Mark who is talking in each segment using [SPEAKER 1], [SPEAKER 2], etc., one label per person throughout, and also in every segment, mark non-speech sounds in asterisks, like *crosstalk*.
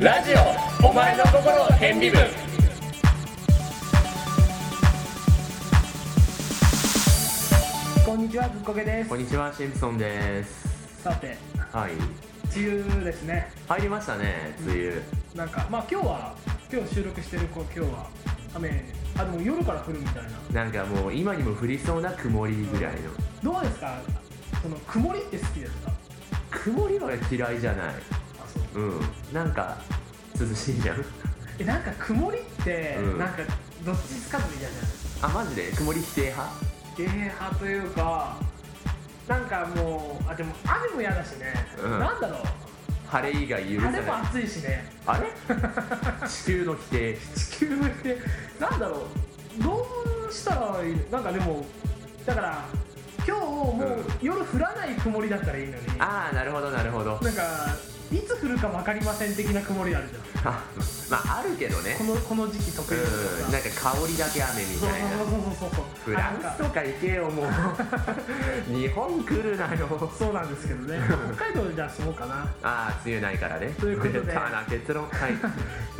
[SPEAKER 1] ラジオお前の心を天理部
[SPEAKER 2] こんにちは、ずっこけです
[SPEAKER 3] こん。にちは、シンプソンです。
[SPEAKER 2] さて、
[SPEAKER 3] はい、
[SPEAKER 2] 梅雨ですね。
[SPEAKER 3] 入りましたね、梅雨。
[SPEAKER 2] なんか、まあ今日は、今日収録してる子、今日は雨、あ、でも夜から降るみたいな。
[SPEAKER 3] なんかもう今にも降りそうな曇りぐらいの。
[SPEAKER 2] どうですかその曇りって好きですか
[SPEAKER 3] 曇りは嫌いじゃない。
[SPEAKER 2] あ、そう。
[SPEAKER 3] うん、なんか涼しいじゃん。
[SPEAKER 2] え、なんか曇りって、
[SPEAKER 3] うん
[SPEAKER 2] なんか、どっちつかずで嫌じゃないですか。
[SPEAKER 3] あ、マジで曇り否定派
[SPEAKER 2] 芸派というか、なんかもう、あ、でも雨も嫌だしね。
[SPEAKER 3] うん
[SPEAKER 2] なんだろう。
[SPEAKER 3] 晴れ以外許さ
[SPEAKER 2] あ
[SPEAKER 3] な
[SPEAKER 2] れ
[SPEAKER 3] い。
[SPEAKER 2] も暑いしね。
[SPEAKER 3] あれ *laughs* 地球の否定。
[SPEAKER 2] 地球ってなんだろうどうしたらいいなんかでもだから今日もう夜降らない曇りだったらいいのに、なんか
[SPEAKER 3] あー、なるほど、なるほど。
[SPEAKER 2] いつ降るか分かりません的な曇りあるじゃ
[SPEAKER 3] あまあ、あるけどね
[SPEAKER 2] ん。このこの時期得意なの
[SPEAKER 3] うん、なんか香りだけ雨み
[SPEAKER 2] そう
[SPEAKER 3] た
[SPEAKER 2] *laughs*
[SPEAKER 3] いな。
[SPEAKER 2] そうそうそうそう
[SPEAKER 3] フランスとか行けよ、
[SPEAKER 2] *laughs*
[SPEAKER 3] もう。日本来るなよ。
[SPEAKER 2] そうなんですけどね北海道でじゃあしようかな
[SPEAKER 3] ああ、梅雨ないからね。
[SPEAKER 2] ということで
[SPEAKER 3] ベタな結論。
[SPEAKER 2] *laughs*
[SPEAKER 3] はい。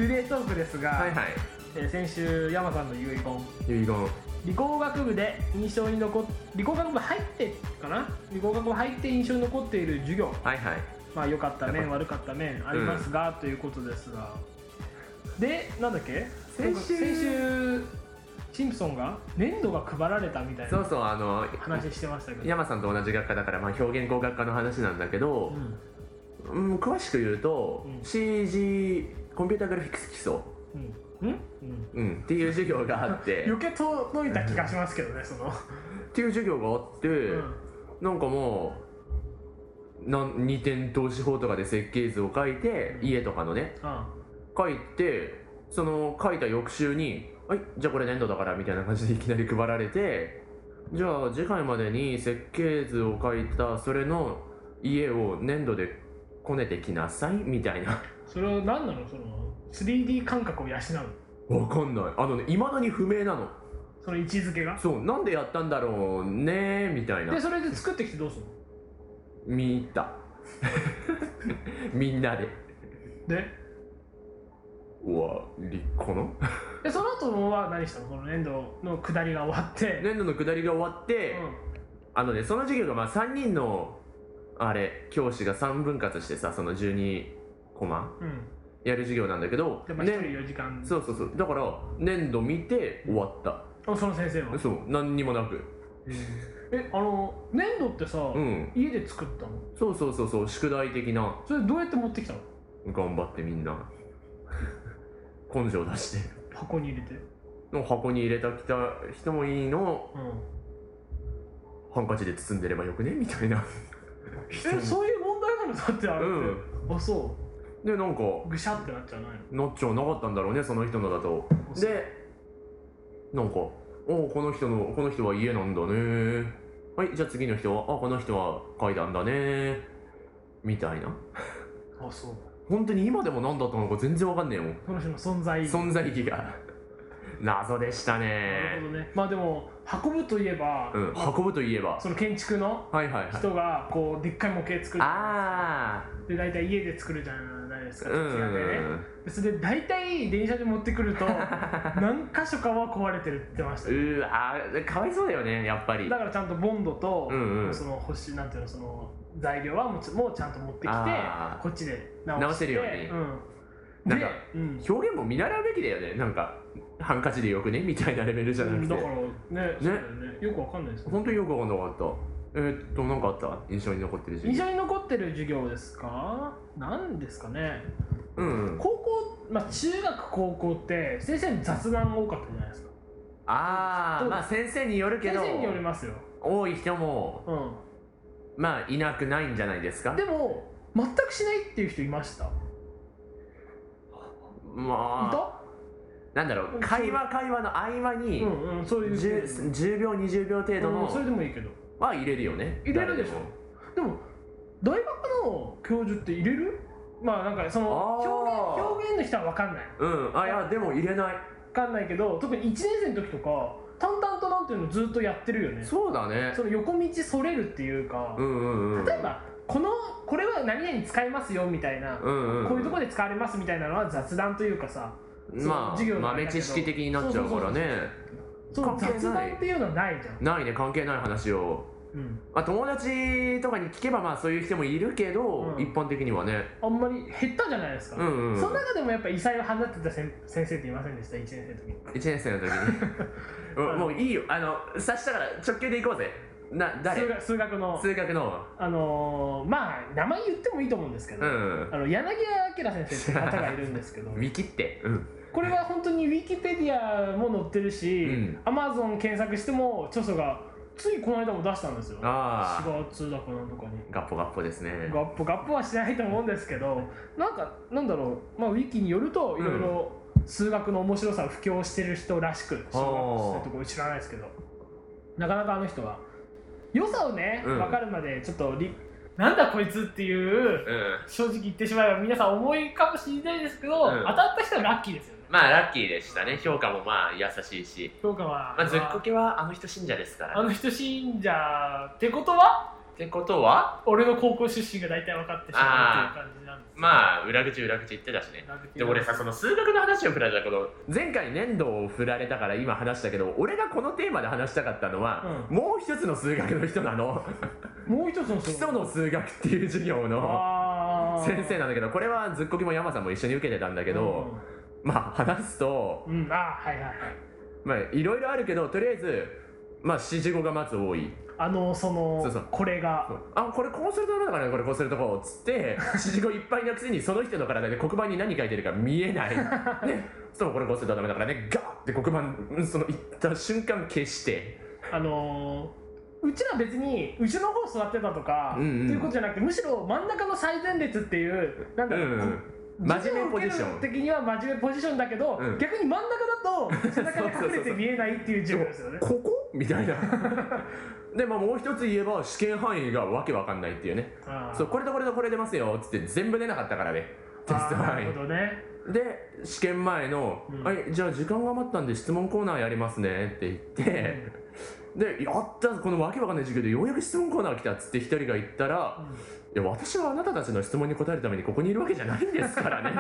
[SPEAKER 2] リレートークですが、
[SPEAKER 3] はいはい。
[SPEAKER 2] えー先週山さんの遺言
[SPEAKER 3] 遺言。
[SPEAKER 2] 理工学部で印象に残っ理工学部入ってかな理工学部入って印象に残っている授業
[SPEAKER 3] はいはい。
[SPEAKER 2] まあ良かった
[SPEAKER 3] やっ
[SPEAKER 2] 面
[SPEAKER 3] ぱ
[SPEAKER 2] 悪かった面ありますが、ということですがでなんだっけ
[SPEAKER 3] 先週
[SPEAKER 2] 先週シンプソンが粘土が配られたみたい
[SPEAKER 3] そ
[SPEAKER 2] な
[SPEAKER 3] うそう、あの、
[SPEAKER 2] 話してましたけど、
[SPEAKER 3] 山さんと同じ学科だから、まあ、表現工学科の話なんだけど
[SPEAKER 2] う、ん
[SPEAKER 3] うん、詳しく言うと、
[SPEAKER 2] うん
[SPEAKER 3] CG、コンピュータグラフィックス基礎、
[SPEAKER 2] うんんうん
[SPEAKER 3] うん、っていう授業が
[SPEAKER 2] *laughs*
[SPEAKER 3] あって、
[SPEAKER 2] 余計届いた気がしますけどねその、
[SPEAKER 3] っていう授業があって、
[SPEAKER 2] うん
[SPEAKER 3] なんかもう、なん二点投資法とかで設計図を書いて、
[SPEAKER 2] うん
[SPEAKER 3] 家とかのね、
[SPEAKER 2] あ
[SPEAKER 3] 書いて、その書いた翌週に、はい、じゃあこれ粘土だからみたいな感じでいきなり配られて、じゃあ次回までに設計図を書いたそれの家を粘土でこねてきなさいみたいな。 *laughs*
[SPEAKER 2] それは何なのその 3D 感覚を養う
[SPEAKER 3] わかんない。あのね、未だに不明なの。
[SPEAKER 2] その位置づけが
[SPEAKER 3] そう、なんでやったんだろうねーみたいな
[SPEAKER 2] で。それで作ってきてどうする
[SPEAKER 3] 見た。 *laughs* みんなで。
[SPEAKER 2] ので
[SPEAKER 3] うわ、立派な。 *laughs*
[SPEAKER 2] でその後は何したのその粘土の下りが終わって、
[SPEAKER 3] 粘土の下りが終わって、あのね、その授業がまあ3人の、あれ、教師が3分割してさ、その12コマ
[SPEAKER 2] うん、うん、
[SPEAKER 3] やる授業なんだけど、
[SPEAKER 2] でまあ1人4時間、
[SPEAKER 3] そうそうそう。だから、粘土見て終わった。
[SPEAKER 2] あその先生は
[SPEAKER 3] そう、何にもなく。
[SPEAKER 2] えあの粘土ってさ、
[SPEAKER 3] うん。
[SPEAKER 2] 家で作ったの
[SPEAKER 3] そうそうそう、そう宿題的な、
[SPEAKER 2] それどうやって持ってきたの
[SPEAKER 3] 頑張ってみんな、 *laughs* 根性出して。
[SPEAKER 2] 箱に入れて
[SPEAKER 3] の箱に入れたきた人もいいの、
[SPEAKER 2] う
[SPEAKER 3] ハンカチで包んでればよくねみたいな。
[SPEAKER 2] んえそういう問題なのだってあれって、あそ
[SPEAKER 3] で、なんか、
[SPEAKER 2] うぐしゃってなっちゃわないの
[SPEAKER 3] なっちゃうなかったんだろうねその人のだとでなんか「おうこの人のこの人は家なんだねはいじゃあ次の人はあこの人は階段だねみたいな
[SPEAKER 2] あそう
[SPEAKER 3] 本当に今でも何だったのか全然わかんねえもん
[SPEAKER 2] この人の存在
[SPEAKER 3] 存在意義が *laughs* 謎でし
[SPEAKER 2] な
[SPEAKER 3] た
[SPEAKER 2] る
[SPEAKER 3] ね
[SPEAKER 2] ほどねまあでも運ぶといえば、
[SPEAKER 3] う
[SPEAKER 2] ま
[SPEAKER 3] ん
[SPEAKER 2] あ
[SPEAKER 3] 運ぶといえば
[SPEAKER 2] その建築の
[SPEAKER 3] はいはいはい
[SPEAKER 2] 人がこうでっかい模型作る
[SPEAKER 3] あ
[SPEAKER 2] で大体家で作るじゃないです
[SPEAKER 3] あ
[SPEAKER 2] か
[SPEAKER 3] う
[SPEAKER 2] 土屋でね
[SPEAKER 3] ん
[SPEAKER 2] でそれで大体電車で持ってく
[SPEAKER 3] *laughs*
[SPEAKER 2] ると何箇所かは壊れてるって言ってましたね
[SPEAKER 3] うわかわいそうだよねやっぱり
[SPEAKER 2] だからちゃんとボンドと、
[SPEAKER 3] うんうん
[SPEAKER 2] その星なんていうのその材料はもうちもうちゃんと持ってきて
[SPEAKER 3] あー
[SPEAKER 2] こっちで
[SPEAKER 3] 直
[SPEAKER 2] 直して
[SPEAKER 3] せるように
[SPEAKER 2] うん、
[SPEAKER 3] なんか
[SPEAKER 2] でうん
[SPEAKER 3] 表現も見習うべきだよねなんかハンカチでよくねみたいなレベルじゃなく
[SPEAKER 2] だ
[SPEAKER 3] て
[SPEAKER 2] からねそうだよねよくわかんないですね
[SPEAKER 3] 本当によくわかんなかったえーっと何かあった印象に残ってる
[SPEAKER 2] 印
[SPEAKER 3] 授業
[SPEAKER 2] 象に残ってる授業ですか何ですかね
[SPEAKER 3] うん、うん、
[SPEAKER 2] 高校まあ中学高校って先生に雑談が多かったじゃないですか
[SPEAKER 3] あ
[SPEAKER 2] ど
[SPEAKER 3] あ
[SPEAKER 2] う
[SPEAKER 3] まあ先生によるけ
[SPEAKER 2] 先
[SPEAKER 3] ど
[SPEAKER 2] 生によりますよ、
[SPEAKER 3] 多い人も
[SPEAKER 2] う
[SPEAKER 3] まあいなくないんじゃないですか
[SPEAKER 2] ん、でも全くしないっていう人いましたい
[SPEAKER 3] まあ
[SPEAKER 2] た
[SPEAKER 3] なんだろう会話会話の合間に
[SPEAKER 2] うんうんそういう
[SPEAKER 3] 10 10秒20秒程度
[SPEAKER 2] うんそれ
[SPEAKER 3] の
[SPEAKER 2] でもいいけど
[SPEAKER 3] は入れるよね
[SPEAKER 2] 入れるでしょ
[SPEAKER 3] 誰も
[SPEAKER 2] でも大学の教授って入れるまあなんかねその
[SPEAKER 3] あー
[SPEAKER 2] 表現表現の人は分かんない
[SPEAKER 3] うんあいやでも入れない
[SPEAKER 2] 分かんないけど特に1年生の時とか淡々となんていうのずっとやってるよね
[SPEAKER 3] そうだね
[SPEAKER 2] その横道それるっていうか、
[SPEAKER 3] うんうんうん
[SPEAKER 2] 例えばこのこれは何々使いますよみたいな、
[SPEAKER 3] うんうん、
[SPEAKER 2] こういうところで使われますみたいなのは雑談というかさその
[SPEAKER 3] ま
[SPEAKER 2] 授業
[SPEAKER 3] あ
[SPEAKER 2] のあれ
[SPEAKER 3] 豆
[SPEAKER 2] だけど
[SPEAKER 3] 知識的になっちゃうからね
[SPEAKER 2] その
[SPEAKER 3] 関係ない
[SPEAKER 2] 雑談っていうのはないじゃん、
[SPEAKER 3] ないね関係ない話を、
[SPEAKER 2] うん、
[SPEAKER 3] まあ、友達とかに聞けばまあそういう人もいるけど、
[SPEAKER 2] うん
[SPEAKER 3] 一般的にはね
[SPEAKER 2] あんまり減ったじゃないですか、
[SPEAKER 3] うんうんうん
[SPEAKER 2] その中でもやっぱ異彩を放ってた先先生っていませんでした1年生の時に
[SPEAKER 3] 1年生の時
[SPEAKER 2] *laughs*
[SPEAKER 3] にうんもういいよあの察したから直球で行こうぜな
[SPEAKER 2] 数
[SPEAKER 3] 誰
[SPEAKER 2] 学数学の
[SPEAKER 3] 数学の
[SPEAKER 2] あのーまあ名前言ってもいいと思うんですけど、
[SPEAKER 3] うん
[SPEAKER 2] あの柳家明先生って方がいるん
[SPEAKER 3] *laughs*
[SPEAKER 2] ですけど
[SPEAKER 3] 見切ってうん
[SPEAKER 2] これは本当にウィキペディアも載ってるし、
[SPEAKER 3] うん
[SPEAKER 2] アマゾン検索しても著書がついこの間も出したんですよ4
[SPEAKER 3] ああ
[SPEAKER 2] 月だかなんとかに
[SPEAKER 3] ガッポガッポですね
[SPEAKER 2] ガッポガッポはしないと思うんですけどなんかなんだろう、まあ、ウィキによるといろいろ数学の面白さを布教してる人らしく小学生とこ知らないですけどなかなかあの人は良さをね
[SPEAKER 3] うん
[SPEAKER 2] 分かるまでちょっとり、なんだこいつっていう
[SPEAKER 3] うん
[SPEAKER 2] 正直言ってしまえば皆さん重いかもしれないですけど、
[SPEAKER 3] うん
[SPEAKER 2] 当たった人はラッキーですよね
[SPEAKER 3] まあラッキーでしたね評価もまあ優しいし
[SPEAKER 2] 評価は、
[SPEAKER 3] まあずっこけはあの人信者ですから
[SPEAKER 2] あの人信者ってことは
[SPEAKER 3] ってことは
[SPEAKER 2] 俺の高校出身が大体分かってしまうっていう感じなんです
[SPEAKER 3] まあ裏口裏口言ってたしね
[SPEAKER 2] あ
[SPEAKER 3] で俺さその数学の話を振られたこと前回粘土を振られたから今話したけど俺がこのテーマで話したかったのは、もう一つの数学の人
[SPEAKER 2] *laughs*
[SPEAKER 3] なの
[SPEAKER 2] もう一つの
[SPEAKER 3] 基
[SPEAKER 2] そ
[SPEAKER 3] 礎の数学っていう授業の
[SPEAKER 2] あー
[SPEAKER 3] 先生なんだけどこれはずっこきも山さんも一緒に受けてたんだけど、まあ話すと
[SPEAKER 2] うん、うん、あーはいはいはい
[SPEAKER 3] まあいろいろあるけどとりあえずまあ四字語がまず多い
[SPEAKER 2] あのその
[SPEAKER 3] そうそう
[SPEAKER 2] これが
[SPEAKER 3] あこれこうするところだからねこれこうするとこっつ
[SPEAKER 2] *laughs*
[SPEAKER 3] って指示語いっぱいのくせにその人の体で黒板に何書いてるか見
[SPEAKER 2] *laughs*
[SPEAKER 3] えないねそうこれこうするとダメだからねガッって黒板うんそのいった瞬間消して
[SPEAKER 2] あのーうちら別に後ろの方座ってたとか、
[SPEAKER 3] うんうん
[SPEAKER 2] ということじゃなくてむしろ真ん中の最前列っていうなん
[SPEAKER 3] う
[SPEAKER 2] だろう、
[SPEAKER 3] ん真面目ポジシ
[SPEAKER 2] 授業を
[SPEAKER 3] ョ
[SPEAKER 2] 受け
[SPEAKER 3] ン
[SPEAKER 2] る的には真面目ポジションだけど、
[SPEAKER 3] うん
[SPEAKER 2] 逆に真ん中だと背中で隠れ
[SPEAKER 3] そうそう
[SPEAKER 2] て
[SPEAKER 3] そう
[SPEAKER 2] 見えないっていう授業ですよね
[SPEAKER 3] ここみたいな *laughs* でまあもう一つ言えば試験範囲がわけわかんないっていうね
[SPEAKER 2] あー
[SPEAKER 3] そうこれとこれとこれ出ますよっつって全部出なかったからねテスト
[SPEAKER 2] あーな
[SPEAKER 3] 範囲
[SPEAKER 2] るほどね
[SPEAKER 3] で試験前の
[SPEAKER 2] う
[SPEAKER 3] 「
[SPEAKER 2] ん
[SPEAKER 3] はいじゃあ時間が余ったんで質問コーナーやりますね」って言って、で「やったこのわけわかんない授業でようやく質問コーナー来た」っつって一人が言ったら
[SPEAKER 2] うん
[SPEAKER 3] 「いや私はあなたたちの質問に答えるためにここにいるわけじゃないんですから *laughs* ね」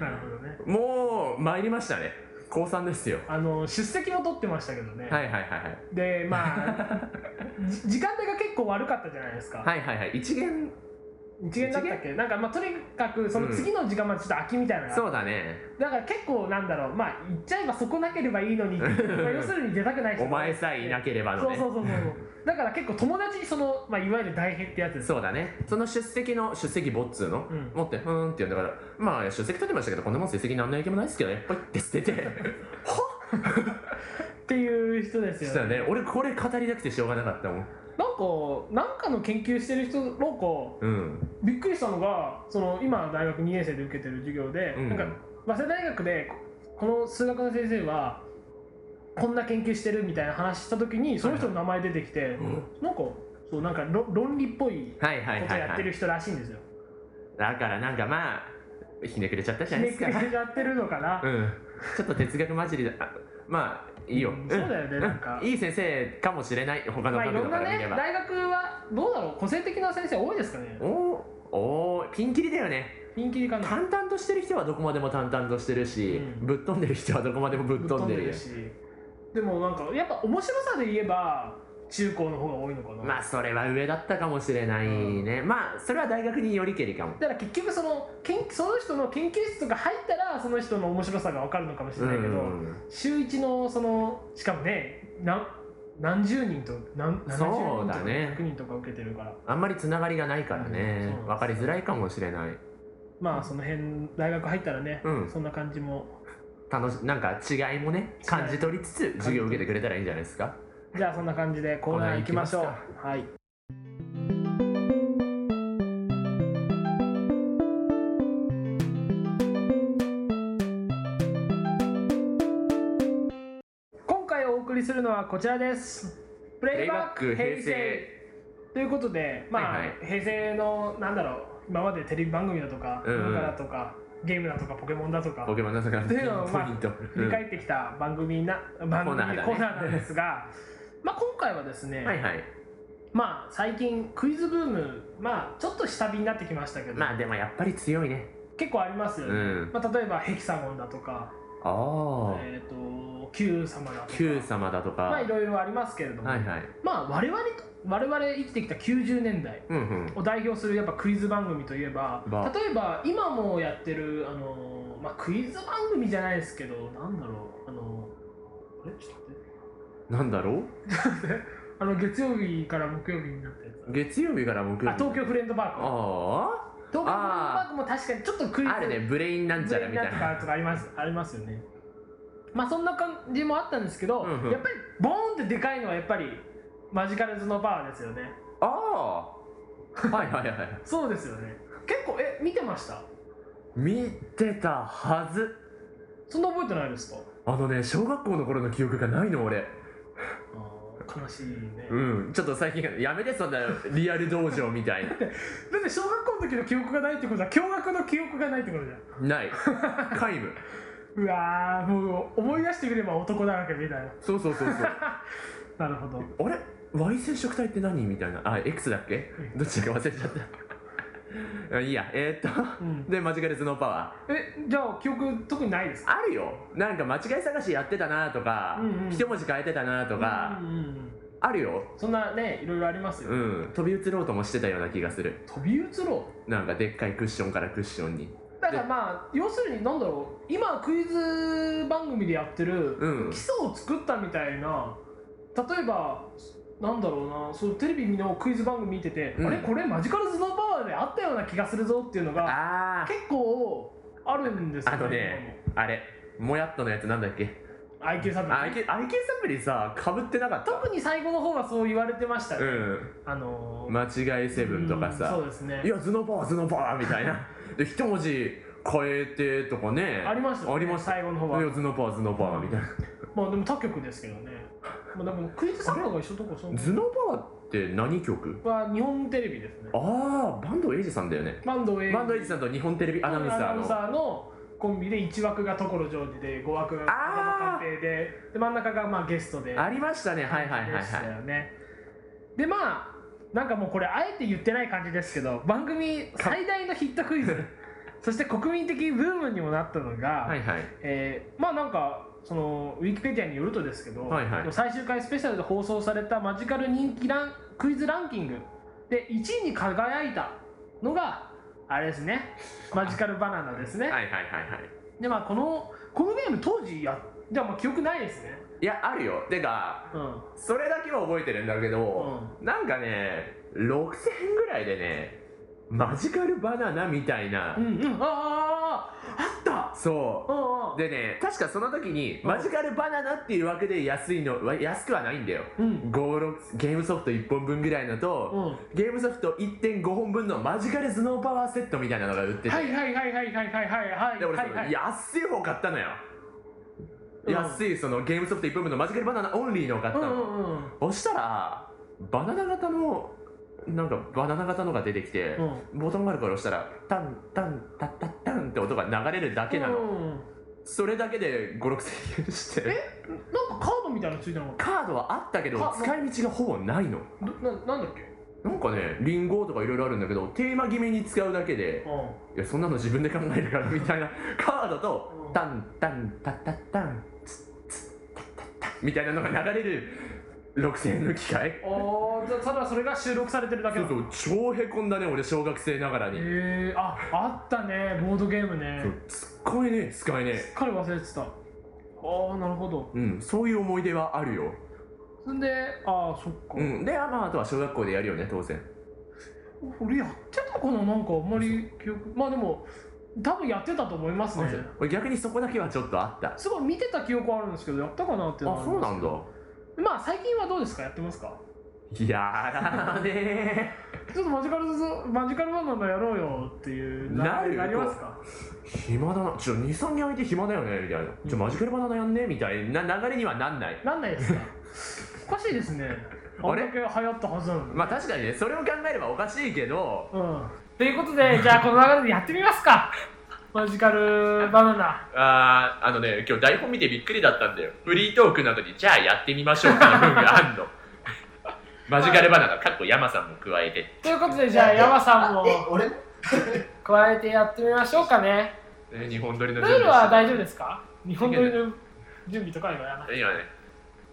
[SPEAKER 2] なるほどね
[SPEAKER 3] もう参りましたね高3ですよ
[SPEAKER 2] あの出席も取ってましたけどね、
[SPEAKER 3] はいはいはいはい
[SPEAKER 2] でまあじ時間帯が結構悪かったじゃないですか、
[SPEAKER 3] はいはいはい一元
[SPEAKER 2] 一元だったっけなんかまあとにかくその次の時間までちょっと空きみたいなのがあって、
[SPEAKER 3] そうだね
[SPEAKER 2] だから結構なんだろうまあ言っちゃえばそこなければいい
[SPEAKER 3] *laughs*
[SPEAKER 2] のにまあ要するに出たくない人
[SPEAKER 3] お前さえいなければ
[SPEAKER 2] そ
[SPEAKER 3] の
[SPEAKER 2] うそ
[SPEAKER 3] ね
[SPEAKER 2] うそうそうだから結構友達にその、まあ、いわゆる代変ってやつです
[SPEAKER 3] そうだねその出席の出席簿っつうの、
[SPEAKER 2] うん
[SPEAKER 3] 持ってふーんって言うんだからまあ出席取ってましたけどこんなもん成績なんの影響もないですけどねポイって捨てて
[SPEAKER 2] っていう人ですよ
[SPEAKER 3] そうだ
[SPEAKER 2] ね
[SPEAKER 3] ね俺これ語りたくてしょうがなかったもん
[SPEAKER 2] なんかなんかの研究してる人なんか
[SPEAKER 3] うん
[SPEAKER 2] びっくりしたのがその今大学2年生で受けてる授業で、
[SPEAKER 3] うん
[SPEAKER 2] なんか早稲田大学でこの数学の先生はこんな研究してるみたいな話した時にその人の名前出てきて、なんかそうなんかろ論理っぽい
[SPEAKER 3] はいはい
[SPEAKER 2] こ
[SPEAKER 3] は
[SPEAKER 2] と
[SPEAKER 3] い
[SPEAKER 2] やっ
[SPEAKER 3] は
[SPEAKER 2] てる
[SPEAKER 3] い
[SPEAKER 2] 人らしいんですよ。
[SPEAKER 3] だからなんかまあひねくれちゃったじ
[SPEAKER 2] ひ
[SPEAKER 3] ゃない
[SPEAKER 2] ね
[SPEAKER 3] です
[SPEAKER 2] く
[SPEAKER 3] か
[SPEAKER 2] れやってるのかな。
[SPEAKER 3] うんちょっと哲学混じりだあまあいいよ、
[SPEAKER 2] うんそうだよね
[SPEAKER 3] ん
[SPEAKER 2] なんか
[SPEAKER 3] うんいい先生かもしれない他の
[SPEAKER 2] まあい
[SPEAKER 3] 角
[SPEAKER 2] ろ
[SPEAKER 3] 度
[SPEAKER 2] ん
[SPEAKER 3] か
[SPEAKER 2] な
[SPEAKER 3] ら見
[SPEAKER 2] ね
[SPEAKER 3] れば、
[SPEAKER 2] 大学はどうだろう個性的な先生多いですかね。
[SPEAKER 3] おおーピンキリだよね
[SPEAKER 2] 人気かな。
[SPEAKER 3] 淡々としてる人はどこまでも淡々としてるし、
[SPEAKER 2] うん
[SPEAKER 3] ぶっ飛んでる人はどこまでもぶっ飛んでるよ
[SPEAKER 2] し。でもなんかやっぱ面白さで言えば中高の方が多いのかな。
[SPEAKER 3] まあそれは上だったかもしれないね、まあそれは大学によりけりかも
[SPEAKER 2] だから結局その研その人の研究室とか入ったらその人の面白さがわかるのかもしれないけど、
[SPEAKER 3] うん
[SPEAKER 2] 週一のそのしかもねなん何十人と何何十
[SPEAKER 3] そう
[SPEAKER 2] 人と
[SPEAKER 3] だ
[SPEAKER 2] か
[SPEAKER 3] ね
[SPEAKER 2] 100人とか受けてるから、
[SPEAKER 3] あんまりつながりがないから
[SPEAKER 2] うんそうなん
[SPEAKER 3] ね
[SPEAKER 2] です、よ
[SPEAKER 3] 分かりづらいかもしれない
[SPEAKER 2] まあその辺大学入ったらね、
[SPEAKER 3] うん
[SPEAKER 2] そんな感じも
[SPEAKER 3] 楽しなんか違いもね
[SPEAKER 2] 違い
[SPEAKER 3] 感じ取りつつ授業受けてくれたらいいんじゃないですか
[SPEAKER 2] じゃあそんな感じでコーナー行きましょう
[SPEAKER 3] コーナー行
[SPEAKER 2] はい今回お送りするのはこちらですプレイバック
[SPEAKER 3] プレイバック
[SPEAKER 2] 平
[SPEAKER 3] 平成
[SPEAKER 2] 成ということで、まあ
[SPEAKER 3] はいは
[SPEAKER 2] 平成のなんだろう今までテレビ番組だとか
[SPEAKER 3] うんうん
[SPEAKER 2] 文化だとか、ゲームだとかポケモンだとか
[SPEAKER 3] ポケモンなんとか
[SPEAKER 2] というのをまあ
[SPEAKER 3] ピンポイント
[SPEAKER 2] 振り返ってきた番組な、番組
[SPEAKER 3] コーナーだね
[SPEAKER 2] コーナーなんです
[SPEAKER 3] *laughs*
[SPEAKER 2] が、まあ今回はですね、
[SPEAKER 3] うんはいはい
[SPEAKER 2] まあ最近クイズブームまあちょっと下火になってきましたけど、
[SPEAKER 3] まあでもやっぱり強いね
[SPEAKER 2] 結構ありますよ
[SPEAKER 3] う
[SPEAKER 2] ね。
[SPEAKER 3] ん
[SPEAKER 2] まあ例えばヘキサゴンだとか、
[SPEAKER 3] ああ
[SPEAKER 2] えっ、と Q 様だとか、
[SPEAKER 3] Q 様だとか
[SPEAKER 2] まあ
[SPEAKER 3] はい
[SPEAKER 2] いろいろありますけれども、
[SPEAKER 3] はい
[SPEAKER 2] まあ我々と我々生きてきた90年代
[SPEAKER 3] うんうん
[SPEAKER 2] を代表するやっぱクイズ番組といえば
[SPEAKER 3] ば
[SPEAKER 2] 例えば今もやってるあのーまあクイズ番組じゃないですけどなんだろうあのーあれちょっと待って
[SPEAKER 3] なんだろ
[SPEAKER 2] あの月曜日から木曜日になったやつ
[SPEAKER 3] う月曜日から木曜
[SPEAKER 2] あ
[SPEAKER 3] 日
[SPEAKER 2] 東京フレンドパーク東
[SPEAKER 3] あ
[SPEAKER 2] 京フレンドパークも確かにちょっとクイズ
[SPEAKER 3] ああるねブレインなんちゃらみたい
[SPEAKER 2] ブレインダー
[SPEAKER 3] な
[SPEAKER 2] とかありますありますよねまあそんな感じもあったんですけど、
[SPEAKER 3] うんうん
[SPEAKER 2] やっぱりボーンってでかいのはやっぱりマジカルズのパワーですよね
[SPEAKER 3] ああーはいはい *laughs* はい
[SPEAKER 2] そうですよね結構え見てました
[SPEAKER 3] 見てたはず
[SPEAKER 2] そんな覚えてないですか
[SPEAKER 3] あのね小学校の頃の記憶がないの俺
[SPEAKER 2] 悲しいね、
[SPEAKER 3] うんちょっと最近やめてそんなリアル道場みたい
[SPEAKER 2] だって小学校の時の記憶がないってことは驚愕の記憶がないってことじゃん
[SPEAKER 3] なない皆無
[SPEAKER 2] うわーもう思い出してみれば男だらけみたい
[SPEAKER 3] そうそうそうそう
[SPEAKER 2] *laughs* ななるほど
[SPEAKER 3] あれ Y 染色体って何みたいなあ X だっけどっちだか忘れちゃった
[SPEAKER 2] *laughs*
[SPEAKER 3] あいいやえー、っと、
[SPEAKER 2] うん
[SPEAKER 3] で間違える頭脳パワ
[SPEAKER 2] えじゃあ記憶特にないです
[SPEAKER 3] ー
[SPEAKER 2] か
[SPEAKER 3] あるよなんか間違い探しやってたなとか、
[SPEAKER 2] うんうん
[SPEAKER 3] 一文字変えてたなとか、
[SPEAKER 2] うんうんうん
[SPEAKER 3] あるよ
[SPEAKER 2] そんなねいろいろありますよ、
[SPEAKER 3] うん飛び移ろうともしてたような気がする
[SPEAKER 2] 飛び移ろう
[SPEAKER 3] なんかでっかいクッションからクッションに
[SPEAKER 2] だからまあ要するに何だろう今クイズ番組でやってる、
[SPEAKER 3] うん
[SPEAKER 2] 基礎を作ったみたいな例えばなんだろうなそうテレビのクイズ番組見てて、
[SPEAKER 3] うん
[SPEAKER 2] あれこれマジカルズのパワーであったような気がするぞっていうのが
[SPEAKER 3] あー
[SPEAKER 2] 結構あるんですよ
[SPEAKER 3] あのねあれもやっとのやつなんだっけ
[SPEAKER 2] 今も IQ サブ
[SPEAKER 3] あ IQ, IQ サプリさかぶってなかった
[SPEAKER 2] 特に最後の方はそう言われてましたね、
[SPEAKER 3] う
[SPEAKER 2] あのー
[SPEAKER 3] ん間違いセブンとかさ
[SPEAKER 2] うんそうですね
[SPEAKER 3] いや、頭脳パワー、頭脳パワーみたいな。で、一文字変えてとかね。
[SPEAKER 2] ありましたね
[SPEAKER 3] ありました。い
[SPEAKER 2] 最後の方は
[SPEAKER 3] や、頭脳パワー、頭脳パワーみたいな。
[SPEAKER 2] まあでも他局ですけどねまあでもクイズサブが一緒とこそんな
[SPEAKER 3] 頭脳パワーって何曲
[SPEAKER 2] は日本テレビですね
[SPEAKER 3] ああ、バンドエイジさんだよね。
[SPEAKER 2] バンドエイジ
[SPEAKER 3] バンドエイジさんと日本テレビアナウンサ
[SPEAKER 2] ア
[SPEAKER 3] ー
[SPEAKER 2] ナウン
[SPEAKER 3] の。
[SPEAKER 2] サーのコンビで1枠が所ジョージで5枠が
[SPEAKER 3] あ
[SPEAKER 2] 間
[SPEAKER 3] ー
[SPEAKER 2] 寛平でで真ん中がまあゲストで
[SPEAKER 3] ありましたね、はいはいはいは
[SPEAKER 2] でした
[SPEAKER 3] い。
[SPEAKER 2] よねでまあなんかもうこれあえて言ってない感じですけど番組最大のヒットクイ *laughs* ズそして国民的ブームにもなったのが、
[SPEAKER 3] はいはい。
[SPEAKER 2] えーまあなんかそのウィキペディアによるとですけど、
[SPEAKER 3] はいはい
[SPEAKER 2] 最終回スペシャルで放送されたマジカル人気ランクイズランキングで1位に輝いたのがあれですねマジカルバナナですね、
[SPEAKER 3] はいはいはいはい。
[SPEAKER 2] でまあこのこのゲーム当時やじゃあまあ記憶ないですね
[SPEAKER 3] いや、あるよ。てか、
[SPEAKER 2] うん、
[SPEAKER 3] それだけは覚えてるんだけど、なんかね、6000ぐらいでね、マジカルバナナみたいな
[SPEAKER 2] う。ん、うんうんあーあーあっ
[SPEAKER 3] そう
[SPEAKER 2] た。うんうん
[SPEAKER 3] でね確かその時に
[SPEAKER 2] うん
[SPEAKER 3] マジカルバナナっていうわけで安いのわ安くはないんだよ
[SPEAKER 2] うん
[SPEAKER 3] 56ゲームソフト1本分ぐらいのと、
[SPEAKER 2] うん
[SPEAKER 3] ゲームソフト1.5本分のマジカル頭脳パワーセットみたいなのが売ってて、
[SPEAKER 2] はいはいはいはいはいはいはいはい
[SPEAKER 3] で俺その、
[SPEAKER 2] はいはい
[SPEAKER 3] 安い方買ったの
[SPEAKER 2] う
[SPEAKER 3] よ、
[SPEAKER 2] ん
[SPEAKER 3] 安いそのゲームソフト1本分のマジカルバナナオンリーのを買っ
[SPEAKER 2] う
[SPEAKER 3] た
[SPEAKER 2] んう
[SPEAKER 3] の、
[SPEAKER 2] んうん
[SPEAKER 3] そしたらバナナ型のなんかバナナ型のが出てきて、ボタンがあるから押したらタンタンタッタッタンって音が流れるだけなの、
[SPEAKER 2] うん
[SPEAKER 3] それだけで56000円して
[SPEAKER 2] えなんかカードみたいなのついてなかっ
[SPEAKER 3] カードはあったけど
[SPEAKER 2] あ
[SPEAKER 3] 使い道がほぼないの
[SPEAKER 2] たどななんだっけ
[SPEAKER 3] なんかねリンゴとかいろいろあるんだけどテーマ決めに使うだけで
[SPEAKER 2] うん
[SPEAKER 3] いやそんなの自分で考えるからみたいなカードと
[SPEAKER 2] うん
[SPEAKER 3] タンタンタッタッタンツッツッタッタッタンみたいなのが流れる6000円の機械
[SPEAKER 2] おーじゃあただそれが収録されてるだけ
[SPEAKER 3] そ
[SPEAKER 2] な
[SPEAKER 3] う
[SPEAKER 2] の
[SPEAKER 3] そう超へこんだね俺小学生ながらに、
[SPEAKER 2] へえああったねボードゲームね
[SPEAKER 3] そう使えねえ使えねえ
[SPEAKER 2] すっかり忘れてたああなるほど
[SPEAKER 3] うんそういう思い出はあるよ、
[SPEAKER 2] そんでああそっか、
[SPEAKER 3] うん、であ,、まあ、あとは小学校でやるよね当然
[SPEAKER 2] 俺やってたかななんかあんまり記憶まあでも多分やってたと思いますね
[SPEAKER 3] 俺逆にそこだけはちょっとあったあ
[SPEAKER 2] すごい見てた記憶はあるんですけどやったかなっていうのはあり
[SPEAKER 3] そう
[SPEAKER 2] ます
[SPEAKER 3] なんだ
[SPEAKER 2] まあ最近はどうですかやってますか
[SPEAKER 3] いやだねー
[SPEAKER 2] ちょっとマジカルズマジカルバナナやろうよっていう
[SPEAKER 3] なる
[SPEAKER 2] に
[SPEAKER 3] よ
[SPEAKER 2] なりますか
[SPEAKER 3] 暇だなちょ23人空いて暇だよねみたいな、
[SPEAKER 2] うん
[SPEAKER 3] じゃあマジカルバナナやんねみたいな流れにはなんない
[SPEAKER 2] なんないですかおかしいですね
[SPEAKER 3] あれ
[SPEAKER 2] んだけ流行ったはずなのに、
[SPEAKER 3] まあ確かにねそれを考えればおかしいけど
[SPEAKER 2] うんということでじゃあこの流れでやってみますかマジカルバナナ
[SPEAKER 1] あーあのね今日台本見てびっくりだったんだよフリートークなどにじゃあやってみましょうっていう文が
[SPEAKER 3] *laughs*
[SPEAKER 1] あんのマジカルバナナかっこ山さんも加えて
[SPEAKER 2] ということでじゃあ山さんも
[SPEAKER 4] え俺も
[SPEAKER 2] 加えてやってみましょうかね
[SPEAKER 1] ね日本撮りの
[SPEAKER 2] ル
[SPEAKER 1] 準備を
[SPEAKER 2] ール
[SPEAKER 1] して
[SPEAKER 2] は大丈夫ですか日本撮りの準備とかはやらない
[SPEAKER 1] 今ね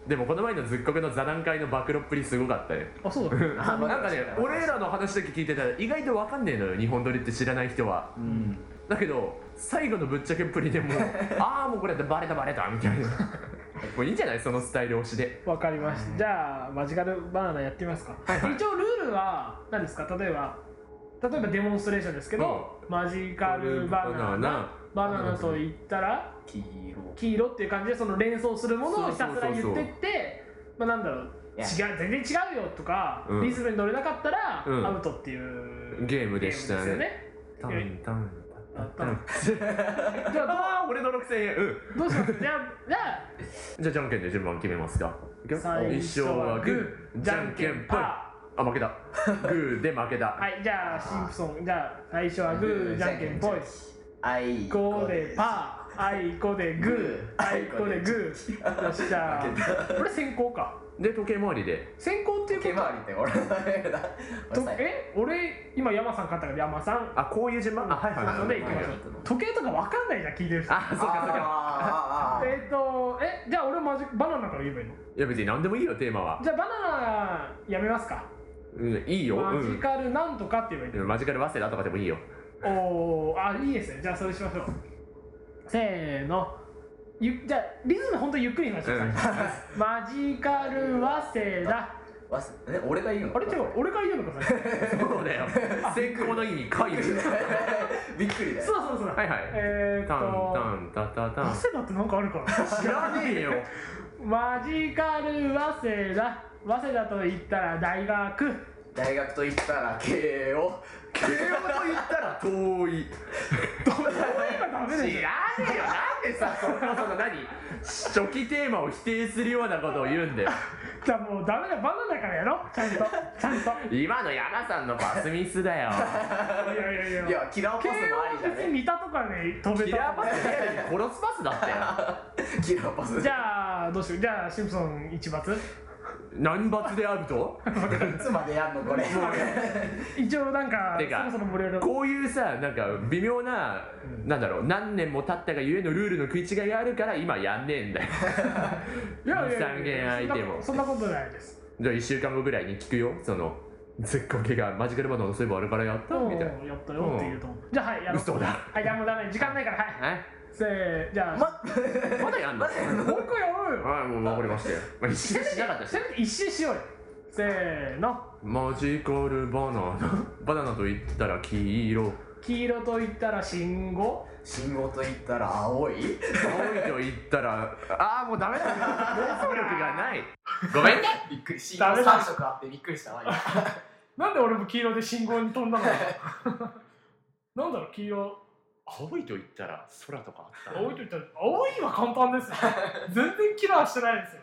[SPEAKER 3] でもこの前のずっこけの座談会の暴露っぷりすごかったね
[SPEAKER 2] あそうだ
[SPEAKER 3] なんかね俺らの話だけ聞いてたら意外と分かんねえのよ日本撮りって知らない人は
[SPEAKER 4] うん
[SPEAKER 3] だけど最後のぶっちゃけっぷ
[SPEAKER 2] *laughs*
[SPEAKER 3] りでもうああもうこれバレたバレたみたいなもういいんじゃないそのスタイル推しで
[SPEAKER 2] *laughs* わかりました。じゃあ、マジカルバナナやってみますか。一応、ルールは何ですか例えば、例えばデモンストレーションですけど、マジカルバナナ、バナナと言ったら、
[SPEAKER 4] 黄色
[SPEAKER 2] 黄色っていう感じで、その連想するものをひたすら言ってって、まあ、なんだろう、
[SPEAKER 4] い
[SPEAKER 2] 違
[SPEAKER 4] や
[SPEAKER 2] う、全然違うよとか、
[SPEAKER 3] うん
[SPEAKER 2] リズムに乗れなかったら、
[SPEAKER 3] うん
[SPEAKER 2] アウトっていう
[SPEAKER 3] ゲームでしたね
[SPEAKER 2] ゲームです
[SPEAKER 3] タンタン
[SPEAKER 2] よね。
[SPEAKER 3] タン
[SPEAKER 2] あじゃあ
[SPEAKER 3] ああ俺の6000円うん
[SPEAKER 2] どう、どうしますじゃあ、じゃあ、
[SPEAKER 3] じゃあじゃんけんで順番決めますかいくよ
[SPEAKER 2] 最初はグー、じゃんけん
[SPEAKER 3] ぽい
[SPEAKER 2] パ
[SPEAKER 3] あ負けたグーで負けた、
[SPEAKER 2] ー。はい、じゃあ、シンプソン、じゃあ、最初はグー、じゃんけんぽい。
[SPEAKER 4] あい
[SPEAKER 2] こでパー、あいこでグー、あいこでグー。よっしゃ
[SPEAKER 4] 負けた
[SPEAKER 2] ー。これ先行か。
[SPEAKER 3] で時計回りで
[SPEAKER 2] 先行っていう
[SPEAKER 4] 時計
[SPEAKER 2] こ
[SPEAKER 4] 回りって俺のだ
[SPEAKER 2] と。とえ、俺、今山さん勝ったから山さん。
[SPEAKER 3] あこういう順番あはいはい
[SPEAKER 2] なの
[SPEAKER 3] は
[SPEAKER 2] で
[SPEAKER 3] い
[SPEAKER 2] 行きましょう。時計とかわかんないじゃん、聞いてる人。
[SPEAKER 3] あそうかそうか
[SPEAKER 4] あ
[SPEAKER 2] えっと、え、じゃあ俺マジバナナから言えばいいの
[SPEAKER 3] いや別に何でもいいよテーマは
[SPEAKER 2] じゃあバナナやめますか。
[SPEAKER 3] うんいいよ
[SPEAKER 2] マ
[SPEAKER 3] う
[SPEAKER 2] ジ
[SPEAKER 3] ん
[SPEAKER 2] カルなんとかって言えばいいの
[SPEAKER 3] でもマジカル早稲田とかでもいいよ
[SPEAKER 2] おーあいいですねじゃあそれしましょうせーのゆじゃあリズム本当にゆっくりに話します、 *laughs* マジカル早稲田
[SPEAKER 4] わすえ俺が言うの
[SPEAKER 2] あれ違う俺から言うのかさ
[SPEAKER 3] そうだ *laughs* よ先行の意味かいる
[SPEAKER 4] びっくりだ
[SPEAKER 2] そ
[SPEAKER 4] よ
[SPEAKER 2] うそうそうだ
[SPEAKER 3] はいはい
[SPEAKER 2] えーっ
[SPEAKER 3] タン
[SPEAKER 2] と
[SPEAKER 3] タンタタタン
[SPEAKER 2] 早稲田ってなんかあるかな
[SPEAKER 3] 知らねえよ
[SPEAKER 2] マジカル早稲田早稲田と言ったら大学
[SPEAKER 4] *laughs* 大学と言ったら慶応
[SPEAKER 3] 慶応と言ったら遠い
[SPEAKER 2] ダメでしょ
[SPEAKER 3] 知らねえよなんでさそのその何初期テーマを否定するようなことを言うんだよ
[SPEAKER 2] じゃあもうダメだバナナからやろちゃんとちゃんと
[SPEAKER 3] 今の山さんのパスミスだよ
[SPEAKER 2] いやいやいや
[SPEAKER 4] いやキラーパス
[SPEAKER 2] 慶
[SPEAKER 4] もあり
[SPEAKER 2] 応
[SPEAKER 4] じ
[SPEAKER 2] は
[SPEAKER 4] ゃ *laughs*
[SPEAKER 2] 別に
[SPEAKER 4] ね
[SPEAKER 2] 見たとかね飛べ
[SPEAKER 3] キ
[SPEAKER 2] た
[SPEAKER 3] ラーパスじゃなくて殺すパスだったよ
[SPEAKER 4] キラーパス
[SPEAKER 2] じゃあどうしようじゃあシンプソン一罰
[SPEAKER 3] 何罰であると
[SPEAKER 4] いつまでやんのこれ
[SPEAKER 2] 一応なんか
[SPEAKER 3] てか
[SPEAKER 2] そろそろ盛り上がる
[SPEAKER 3] こういうさなんか微妙な、なんだろう何年も経ったがゆえのルールの食い違いがあるから今やんねえんだよ
[SPEAKER 2] いやいや
[SPEAKER 3] 三軒空いても
[SPEAKER 2] そんなことそんなことないです
[SPEAKER 3] じゃあ1週間後ぐらいに聞くよそのずっこけがマジカルバナナそういえばあれからやったみたい
[SPEAKER 2] うんやったよって言うと思うじゃあはいや
[SPEAKER 3] な
[SPEAKER 2] ろう
[SPEAKER 3] 嘘だ
[SPEAKER 2] はいじゃあもうダメ時間ないからはい
[SPEAKER 3] え
[SPEAKER 2] せーじゃあ
[SPEAKER 4] *laughs* ま
[SPEAKER 3] まだやん
[SPEAKER 2] も
[SPEAKER 3] の
[SPEAKER 2] う一回やろうよ
[SPEAKER 3] はいもう分かりましたよ、まあ、一周しなかったし
[SPEAKER 2] せめて一周しようよせーの
[SPEAKER 3] マジカルバナナバナナと言ったら黄色
[SPEAKER 2] 黄色と言ったら信号
[SPEAKER 4] 信号と言ったら青い
[SPEAKER 3] 青いと言ったらああもうダメだ想力がない
[SPEAKER 1] ごめんね
[SPEAKER 4] びっくり信
[SPEAKER 2] ダ
[SPEAKER 4] 号
[SPEAKER 2] メだ
[SPEAKER 4] 三色あってびっくりしたわ今
[SPEAKER 2] なんで俺も黄色で信号に飛ん *laughs* だのなんだろう黄色
[SPEAKER 1] 青いと言ったら空とかあった
[SPEAKER 2] 青いと言ったら青いは簡単です *laughs* ね全然キラーしてないですよ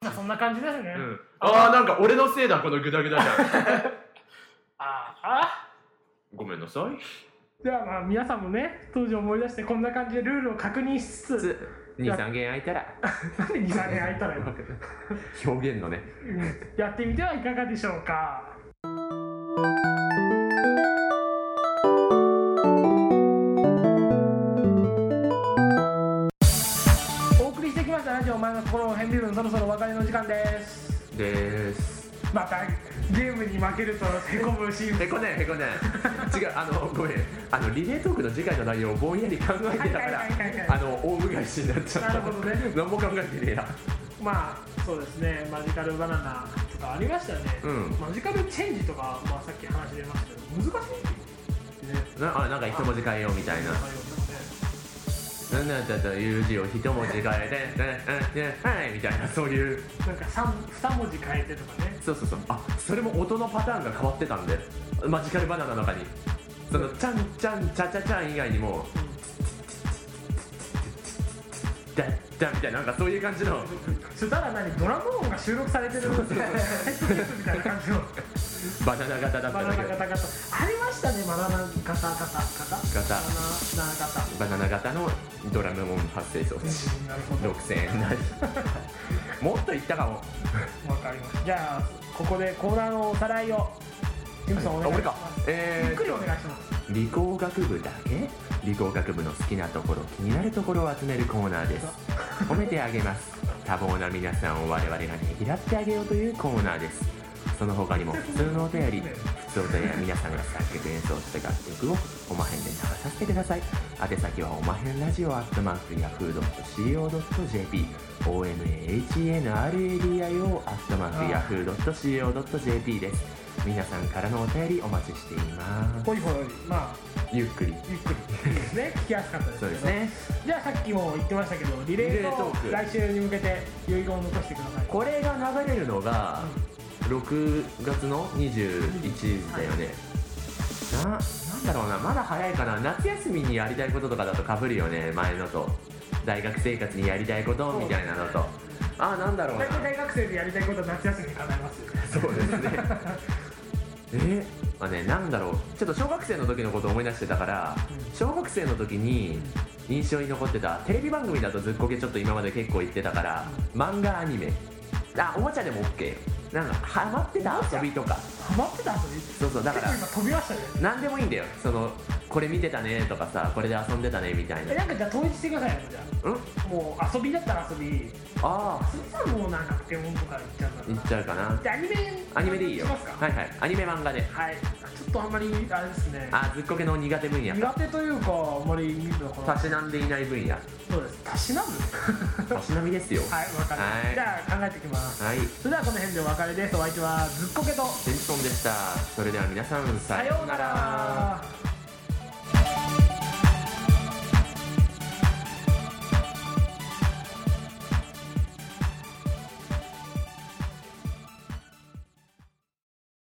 [SPEAKER 2] まあそんな感じですね、
[SPEAKER 3] うん、ああなんか俺のせいだこのグダグダじゃん *laughs*
[SPEAKER 2] ああ
[SPEAKER 1] ごめんなさい
[SPEAKER 2] ではまあ皆さんもね当時思い出してこんな感じでルールを確認しつつ
[SPEAKER 3] 23弦空いたら
[SPEAKER 2] なんで23年空いたらよ、
[SPEAKER 3] 表現のね
[SPEAKER 2] うんやってみてはいかがでしょうかお送りしてきましたラジオお前の心の変微分そろそろお別れの時間です
[SPEAKER 3] でーす
[SPEAKER 2] またゲームに負けるとへこむシーン
[SPEAKER 3] へこねんへこねん違うあのごめんあのリレートークの次回の内容をぼんやり考えてたから
[SPEAKER 2] はいはいはいはい
[SPEAKER 3] あの大部返しになっちゃった
[SPEAKER 2] なるほどね
[SPEAKER 3] 何も考えてねえな
[SPEAKER 2] まあそうですねマジカルバナナとかありましたね、
[SPEAKER 3] うん
[SPEAKER 2] マジカルチェンジとか、まあ、さっき話出ましたけど難しいね
[SPEAKER 3] なあなんか一文字変えようみたいななんだったという字を一文字変えてねねねはいみたいなそういう
[SPEAKER 2] なんか三二文字変えてとかね
[SPEAKER 3] そうそうそうあそれも音のパターンが変わってたんでマジカルバナナの中にそのちゃんちゃんちゃちゃちゃん以外にも「だっったみたいななんかそういう感じの
[SPEAKER 2] それただ何ドラゴンが収録されてるヘッドテ
[SPEAKER 3] *laughs*
[SPEAKER 2] ープみたいな感じの
[SPEAKER 3] バナナ型だった
[SPEAKER 2] バ
[SPEAKER 3] ん
[SPEAKER 2] ナ
[SPEAKER 3] だ
[SPEAKER 2] ナ
[SPEAKER 3] けど
[SPEAKER 2] 型型ありましたねバナナ型型型
[SPEAKER 3] 型
[SPEAKER 2] バナナ型
[SPEAKER 3] バナナ型のドラムも発生装
[SPEAKER 2] う
[SPEAKER 3] 置
[SPEAKER 2] んなるほど
[SPEAKER 3] 6000円なり *laughs* もっといったかも
[SPEAKER 2] わかりましたじゃあここでコーナーのおさらいをジムさんお願いし
[SPEAKER 3] 俺
[SPEAKER 2] ま
[SPEAKER 3] か
[SPEAKER 2] すゆ
[SPEAKER 3] え
[SPEAKER 2] っ
[SPEAKER 3] ー
[SPEAKER 2] くりお願いします
[SPEAKER 3] 理工学部だけ理工学部の好きなところ気になるところを集めるコーナーです褒めてあげます多忙な皆さんを我々がねぎらってあげようというコーナーですその他にも普通のお便り普通お便りは皆さんが作曲演奏した楽曲をおまへんで流させてください宛先はおまへんラジオアットマークヤフー .co.jp omahenradio アットマークヤフー .co.jp です皆さんからのお便りお待ちしています
[SPEAKER 2] ほいほいまあ
[SPEAKER 3] ゆっくり
[SPEAKER 2] ゆっくりいいです
[SPEAKER 3] *laughs*
[SPEAKER 2] ね聞きやすかったですけ
[SPEAKER 3] そう
[SPEAKER 2] ど
[SPEAKER 3] ですね
[SPEAKER 2] じゃあさっきも言ってましたけどリレ
[SPEAKER 3] リレ
[SPEAKER 2] ー
[SPEAKER 3] ー
[SPEAKER 2] ト
[SPEAKER 3] トーク
[SPEAKER 2] 来週に向けて遺言を残してください
[SPEAKER 3] これが流れるのが6月の21日だよね、ななんだろうなまだ早いかな夏休みにやりたいこととかだとかぶるよね前のと大学生活にやりたいことみたいなのとあなんだろうな
[SPEAKER 2] 大体大学生でやりたいことは夏休みに叶えますよね
[SPEAKER 3] そうですねえまあねなんだろうちょっと小学生の時のことを思い出してたから
[SPEAKER 2] う
[SPEAKER 3] 小学生の時に印象に残ってたテレビ番組だとずっこけちょっと今まで結構言ってたから漫画アニメあおもちゃでも OK よなんかハマってた遊びとか
[SPEAKER 2] ハマってた後に
[SPEAKER 3] そうそうだか
[SPEAKER 2] 結
[SPEAKER 3] ら
[SPEAKER 2] 構今飛びましたね
[SPEAKER 3] 何でもいいんだよそのこれ見てたねとかさこれで遊んでたねみたいな
[SPEAKER 2] え
[SPEAKER 3] ん
[SPEAKER 2] なんかじゃあ統一してくださいよじゃあもう遊びだったら遊び
[SPEAKER 3] ああ
[SPEAKER 2] そしたらもうなんかポケモンとか行っちゃうから
[SPEAKER 3] 言
[SPEAKER 2] な
[SPEAKER 3] っちゃうかな
[SPEAKER 2] でアニメ
[SPEAKER 3] アニメでいいよ
[SPEAKER 2] しますか
[SPEAKER 3] はいはいアニメ漫画で
[SPEAKER 2] はいちょっとあんまりあれですね
[SPEAKER 3] あずっこけの苦手分野
[SPEAKER 2] 苦手というかあんまり見るのか
[SPEAKER 3] た
[SPEAKER 2] な
[SPEAKER 3] しなんでいない分野
[SPEAKER 2] そうですたしなむ
[SPEAKER 3] たしなみですよ
[SPEAKER 2] はいわかりま
[SPEAKER 3] は
[SPEAKER 2] し
[SPEAKER 3] い
[SPEAKER 2] たじゃあ考えてきます
[SPEAKER 3] はい
[SPEAKER 2] それではこの辺でお別れですお相手はずっこけと
[SPEAKER 3] センソンでしたそれでは皆さんさ
[SPEAKER 2] さよ
[SPEAKER 3] よ
[SPEAKER 2] う
[SPEAKER 3] う
[SPEAKER 2] な
[SPEAKER 3] な
[SPEAKER 2] ら
[SPEAKER 3] ら